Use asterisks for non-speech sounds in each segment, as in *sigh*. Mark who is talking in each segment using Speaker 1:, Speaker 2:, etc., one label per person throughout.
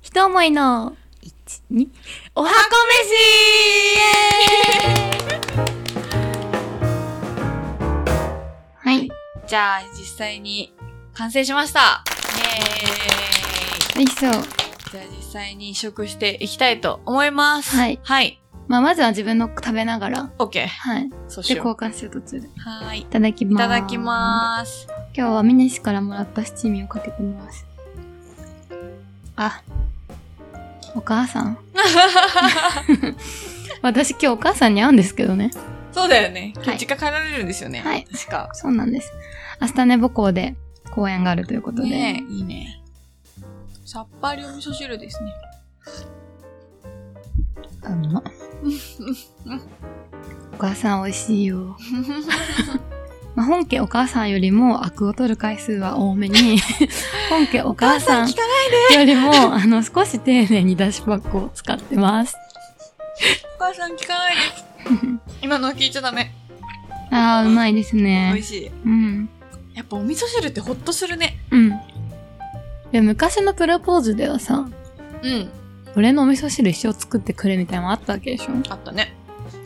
Speaker 1: 一思いの一二おはこ飯はい
Speaker 2: じゃあ、実際に完成しました
Speaker 1: できそう
Speaker 2: イエーイじゃあ、実際に試食していきたいと思います。
Speaker 1: はい
Speaker 2: はい。
Speaker 1: まあまずは自分の食べながら
Speaker 2: OK。
Speaker 1: はい
Speaker 2: そうし
Speaker 1: で
Speaker 2: よ
Speaker 1: 交
Speaker 2: う。
Speaker 1: 換しよう途中でい
Speaker 2: はーい。い
Speaker 1: ただきます
Speaker 2: ただきます。
Speaker 1: す今日はミネシからもらった七味をかけてみますあお母さん私今日お母さんに会うんですけどね
Speaker 2: *laughs* そうだよね。
Speaker 1: はい
Speaker 2: 今日実家帰られるんですよね。
Speaker 1: はい
Speaker 2: 確か。
Speaker 1: そうなんです。明日ね、母校で公演があるということで。
Speaker 2: ねえいいね。さっぱりお味噌汁ですね。
Speaker 1: *laughs* あうまお母さん美味しいよ。まあ、本家お母さんよりもアクを取る回数は多め
Speaker 2: *laughs*
Speaker 1: に、本家お母さん
Speaker 2: お
Speaker 1: よ
Speaker 2: 母
Speaker 1: りも、あの、少し丁寧に出しパックを使ってます。
Speaker 2: お母さん聞かない
Speaker 1: *laughs*
Speaker 2: です。今のは聞いちゃダメ。
Speaker 1: ああ、うまいです
Speaker 2: 美味
Speaker 1: ね。
Speaker 2: しい。
Speaker 1: うん。
Speaker 2: やっぱお味噌汁ってほっとするね。
Speaker 1: うん。で昔のプロポーズではさ、
Speaker 2: うん。
Speaker 1: 俺のお味噌汁一生作ってくれみたいなのあったわけでしょ
Speaker 2: あったね。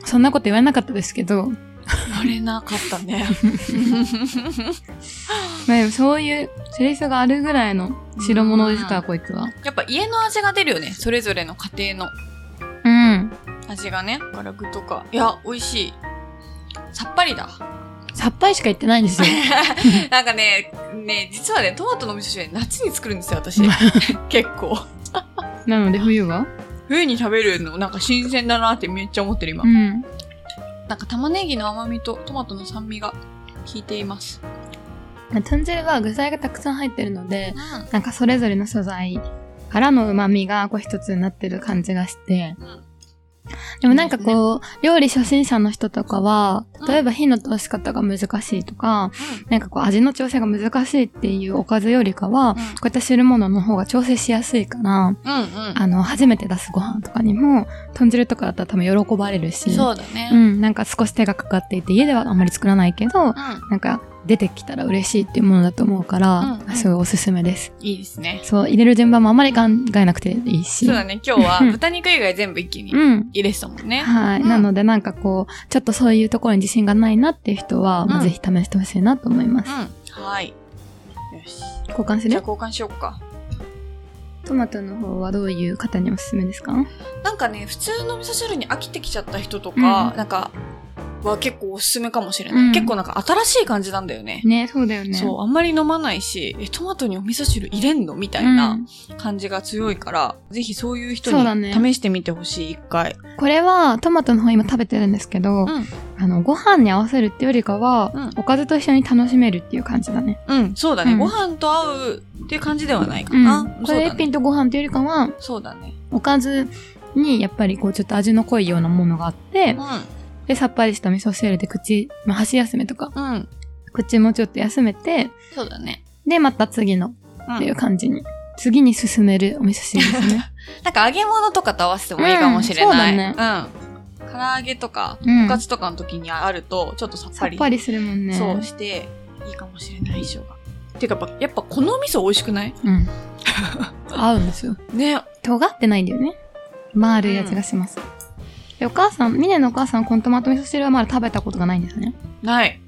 Speaker 1: そんなこと言われなかったですけど、
Speaker 2: あれなかったね。
Speaker 1: まあでもそういうセリフがあるぐらいの白物ですから、
Speaker 2: うん
Speaker 1: こいつは。
Speaker 2: *laughs* やっぱ家の味が出るよね。それぞれの家庭の
Speaker 1: うん。
Speaker 2: 味がね。ガラ具とか。いや、美味しい。さっぱりだ。
Speaker 1: さっぱりしか言ってないん *laughs* ですよ。
Speaker 2: なんかね、ね、実はね、トマトの味噌汁、夏に作るんですよ、 *laughs* 私。結構。
Speaker 1: なので冬は
Speaker 2: 冬に食べるの、なんか新鮮だなってめっちゃ思ってる今。
Speaker 1: うん。
Speaker 2: なんか玉ねぎの甘みとトマトの酸味が効いています。
Speaker 1: まあ豚汁は具材がたくさん入ってるので
Speaker 2: う、ん。
Speaker 1: なんかそれぞれの素材からの旨味がこう一つになってる感じがして。
Speaker 2: うん
Speaker 1: でもなんかこう、料理初心者の人とかは、例えば火の通し方が難しいとか、なんかこう味の調整が難しいっていうおかずよりかは、こういった汁物の方が調整しやすいから、
Speaker 2: うん。うん。
Speaker 1: あの、初めて出すご飯とかにも、豚汁とかだったら多分喜ばれるし。
Speaker 2: そうだ
Speaker 1: う
Speaker 2: ね。
Speaker 1: ん、なんか少し手がかかっていて、家ではあんまり作らないけど、
Speaker 2: う
Speaker 1: なんか出てきたら嬉しいっていうものだと思うから、
Speaker 2: うんうん
Speaker 1: すごいおすすめです。
Speaker 2: ん。いいですね。
Speaker 1: そう、入れる順番もあんまり考えなくていいし。
Speaker 2: そうだね、今日は
Speaker 1: うん
Speaker 2: 豚肉以外全部一気に
Speaker 1: うん。
Speaker 2: 入れてたもんね。
Speaker 1: はい。
Speaker 2: うん
Speaker 1: なのでなんかこう、ちょっとそういうところに自信がないなっていう人は、まあ
Speaker 2: うん
Speaker 1: ぜひ試してほしいなと思います。
Speaker 2: うん。はい。よし。
Speaker 1: 交換す
Speaker 2: じゃあ
Speaker 1: る
Speaker 2: 交換しよっか。
Speaker 1: トマトの方はどういう方におすすめですか
Speaker 2: なんかね、普通の味噌汁に飽きてきちゃった人とか、
Speaker 1: うん
Speaker 2: なんか、は結構おすすめかもしれない。
Speaker 1: うん
Speaker 2: 結構なんか新しい感じなんだよね。
Speaker 1: ね、そうだよね。
Speaker 2: そう、あんまり飲まないし、え、トマトにお味噌汁入れんのみたいな感じが強いから、ぜひそういう人
Speaker 1: そうだね
Speaker 2: に試してみてほしい、一回。
Speaker 1: うんこれは、トマトの方今食べてるんですけど、
Speaker 2: うん
Speaker 1: あの、ご飯に合わせるってよりかは、
Speaker 2: うん
Speaker 1: おかずと一緒に楽しめるっていう感じだね。
Speaker 2: うん、そうだね。
Speaker 1: うん
Speaker 2: ご飯と合うっていう感じではないかな。
Speaker 1: うん、こ
Speaker 2: そう
Speaker 1: れ
Speaker 2: だ
Speaker 1: 一
Speaker 2: ね。
Speaker 1: 品とご飯というよりかは
Speaker 2: そうだね。
Speaker 1: おかずにやっぱりこうちょっと味の濃いようなものがあって
Speaker 2: う
Speaker 1: でさっぱりした味噌汁で口、まあ、箸休めとか
Speaker 2: ん、うん。
Speaker 1: 口もちょっと休めて
Speaker 2: そうだね。
Speaker 1: でまた次の
Speaker 2: うん
Speaker 1: っていう感じに、次に進めるお味噌汁ですね
Speaker 2: なんか揚げ物とかと合わせてもいいかもしれない。
Speaker 1: うんそう
Speaker 2: *laughs* うん。唐揚げとか、
Speaker 1: うん
Speaker 2: おかずとかの時にあると、ちょっとさっ
Speaker 1: さ
Speaker 2: ぱ
Speaker 1: っ
Speaker 2: り。
Speaker 1: ぱりするもんね
Speaker 2: そうして、いいかもしれない、衣装が。てかやっぱ、やっぱこの味噌美味しくない
Speaker 1: うん合うんですよ
Speaker 2: ね。
Speaker 1: 尖ってないんだよね丸い味がします、でお母さんミネのお母さんこのトマト味噌汁はまだ食べたことがないんですね
Speaker 2: ない。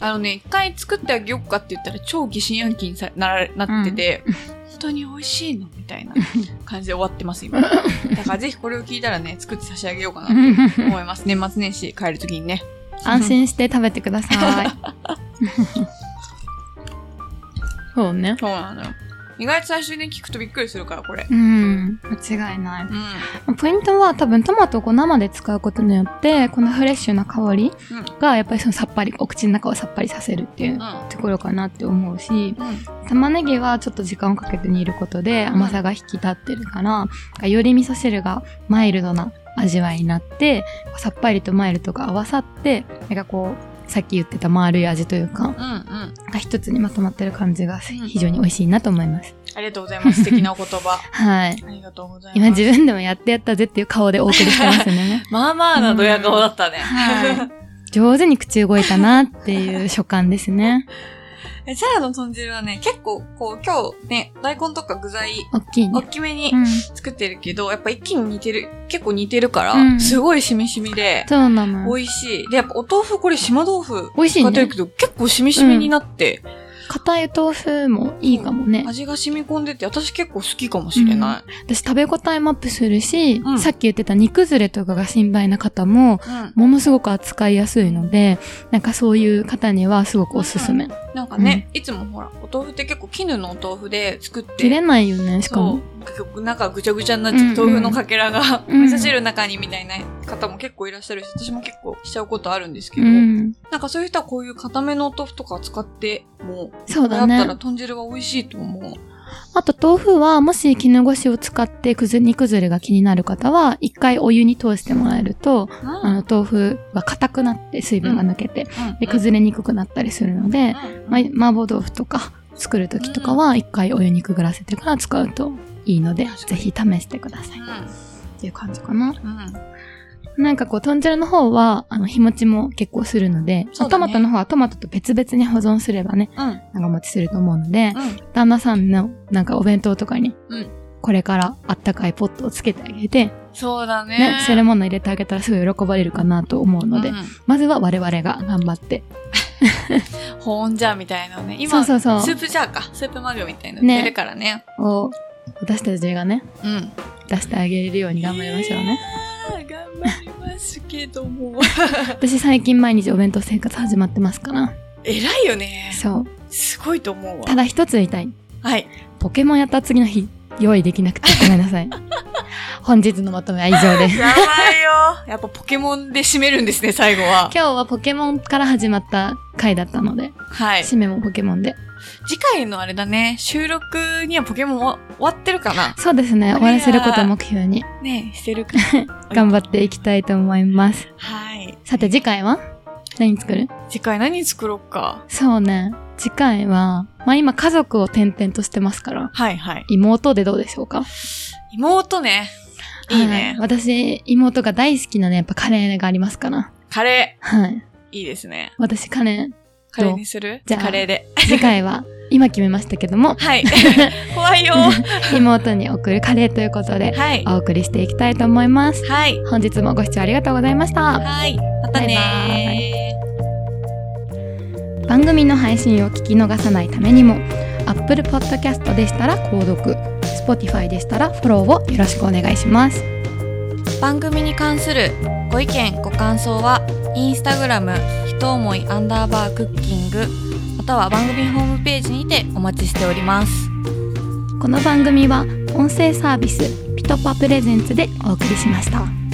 Speaker 2: あのね、一回作ってあげよっかって言ったら超疑心暗鬼にさならなってて、本当に美味しいのみた *laughs* いな感じで終わってます、 *laughs* 今。だからぜひこれを聞いたらね、作って差し上げようかなと思います。年末年始帰るときにね。
Speaker 1: 安心して食べてください。
Speaker 2: *laughs*
Speaker 1: そうね。
Speaker 2: そうなのよ。意外と最初にね聞くとびっくりするから、これ。
Speaker 1: うん、間違いない。
Speaker 2: うん。
Speaker 1: ポイントは多分トマトをこう生で使うことによって、このフレッシュな香り
Speaker 2: うん
Speaker 1: がやっぱりそのさっぱり、お口の中をさっぱりさせるっていう
Speaker 2: うん。
Speaker 1: ところかなって思うし、
Speaker 2: うん。
Speaker 1: 玉ねぎはちょっと時間をかけて煮ることで
Speaker 2: うん
Speaker 1: 甘さが引き立ってるから、なんかより味噌汁がマイルドな味わいになって、さっぱりとマイルドが合わさって、なんかこう、さっき言ってた丸い味というか、
Speaker 2: うん。うん。
Speaker 1: が一つにまとまってる感じが
Speaker 2: うん
Speaker 1: 非常に美味しいなと思います。
Speaker 2: ありがとうございます。素敵なお言葉。
Speaker 1: はい。
Speaker 2: ありがとうございます。。
Speaker 1: 今自分でもやってやったぜっていう顔でお送りしてますよね
Speaker 2: まあまあなドヤ顔だったね。
Speaker 1: はい。上手に口動いたなっていう所感ですね。
Speaker 2: えチャラの豚汁はね、結構、こう、今日ね、大根とか具材、
Speaker 1: 大きい
Speaker 2: *laughs* 大
Speaker 1: ね。
Speaker 2: きめに
Speaker 1: うん。
Speaker 2: 作ってるけど、やっぱ一気に似てる、結構似てるから、
Speaker 1: うん
Speaker 2: すごいしみしみで、
Speaker 1: そうなの。
Speaker 2: 美味しい。で、やっぱお豆腐、これ島豆腐
Speaker 1: 美味しい
Speaker 2: が出る
Speaker 1: ね
Speaker 2: け。ど、結構しみしみになって、
Speaker 1: 硬い豆腐もいいかもね。
Speaker 2: 味が染み込んでて、私結構好きかもしれない。
Speaker 1: 私食べ応えもアップするし、
Speaker 2: うん
Speaker 1: さっき言ってた煮崩れとかが心配な方も、
Speaker 2: うん
Speaker 1: ものすごく扱いやすいので、なんかそういう方にはすごくおすすめ。
Speaker 2: なんかね、いつもほら、お豆腐って結構絹のお豆腐で作って、
Speaker 1: 切れないよね、しか
Speaker 2: そ
Speaker 1: も。
Speaker 2: う、結局中ぐちゃぐちゃになっちゃう、豆腐のかけらが、
Speaker 1: うん
Speaker 2: 味噌汁の中にみたいな方も結構いらっしゃるし、私も結構しちゃうことあるんですけ
Speaker 1: う
Speaker 2: ど、
Speaker 1: ん。
Speaker 2: なんかそういう人はこういう固めのお豆腐とか使っても、
Speaker 1: そう
Speaker 2: だ
Speaker 1: だ
Speaker 2: ったら
Speaker 1: ね。
Speaker 2: 豚汁は美味しいと思う。
Speaker 1: あと豆腐は、もし絹ごしを使ってくず煮崩れが気になる方は、一回お湯に通してもらえると、あの豆腐が硬くなって水分が抜けて、で崩れにくくなったりするので、ま、
Speaker 2: い。
Speaker 1: 麻婆豆腐とか作る時とかは一回お湯にくぐらせてから使うといいので、
Speaker 2: 確か
Speaker 1: ぜ
Speaker 2: に
Speaker 1: ひ試してくださいっていう感じかな。
Speaker 2: うん。うん。
Speaker 1: なんかこう、豚汁の方は、あの、日持ちも結構するので、
Speaker 2: そうだ
Speaker 1: ト
Speaker 2: ね
Speaker 1: マトの方はトマトと別々に保存すればね、
Speaker 2: うん。
Speaker 1: 長持ちすると思うので、
Speaker 2: うん。
Speaker 1: 旦那さんのなんかお弁当とかに、
Speaker 2: うん
Speaker 1: これからあったかいポットをつけてあげて、
Speaker 2: そうだね。
Speaker 1: ね、セレモンの入れてあげたらすごい喜ばれるかなと思うので、
Speaker 2: うん
Speaker 1: まずは我々が頑張って。
Speaker 2: 保温ジャーみたいなのね。
Speaker 1: そ
Speaker 2: 今、
Speaker 1: うそうそう
Speaker 2: ス。ープジャーか。スープマグみたいなの
Speaker 1: ね
Speaker 2: 出るからね。
Speaker 1: を私たちがね、
Speaker 2: うん。
Speaker 1: 出してあげれるように頑張りましょうね。
Speaker 2: あー。頑張りますけども。 *laughs*
Speaker 1: 私最近毎日お弁当生活始まってますから。
Speaker 2: 偉いよね。
Speaker 1: そう。
Speaker 2: すごいと思うわ
Speaker 1: た。だ一つ言いたい。
Speaker 2: はい。
Speaker 1: ポケモンやった次の日、用意できなくてごめんな *laughs* さい。本日のまとめは以上です。
Speaker 2: やばいよ。やっぱポケモンで締めるんですね、最後
Speaker 1: *laughs*
Speaker 2: は。
Speaker 1: 今日はポケモンから始まった回だったので、
Speaker 2: はい。
Speaker 1: 締めもポケモンで。
Speaker 2: 次回のあれだね、収録にはポケモンは終わってるかな
Speaker 1: そうですね、
Speaker 2: や
Speaker 1: 終わらせることを目標に
Speaker 2: ねえしてるかな
Speaker 1: 頑張っていきたいと思います。
Speaker 2: はい。
Speaker 1: さて次回は何作る
Speaker 2: 次回何作ろうか。
Speaker 1: そうね、次回は、まあ今家族を転々としてますから、
Speaker 2: はいはい。
Speaker 1: 妹でどうでしょうか
Speaker 2: 妹ね。いいね
Speaker 1: は。私、妹が大好きなね、やっぱカレーがありますから。
Speaker 2: カレ
Speaker 1: はい。
Speaker 2: ー。いいですね。
Speaker 1: 私カレー、
Speaker 2: カレーにする
Speaker 1: じゃあ
Speaker 2: カレーで。
Speaker 1: 次回
Speaker 2: *laughs*
Speaker 1: は、今決めましたけども、
Speaker 2: はい。怖いよ。
Speaker 1: 妹に送るカレーということで、
Speaker 2: はい。
Speaker 1: お送りしていきたいと思います。
Speaker 2: はい。
Speaker 1: 本日もご視聴ありがとうございました。
Speaker 2: はい。またね
Speaker 1: バイ番組の配信を聞き逃さないためにも、Apple Podcast でしたら購読、Spotify でしたらフォローをよろしくお願いします。
Speaker 2: 番組に関するご意見ご感想はインスタグラムひと思いアンダーバークッキングまたは番組ホームページにてお待ちしております
Speaker 1: この番組は、音声サービス、ピトパプレゼンツでお送りしました。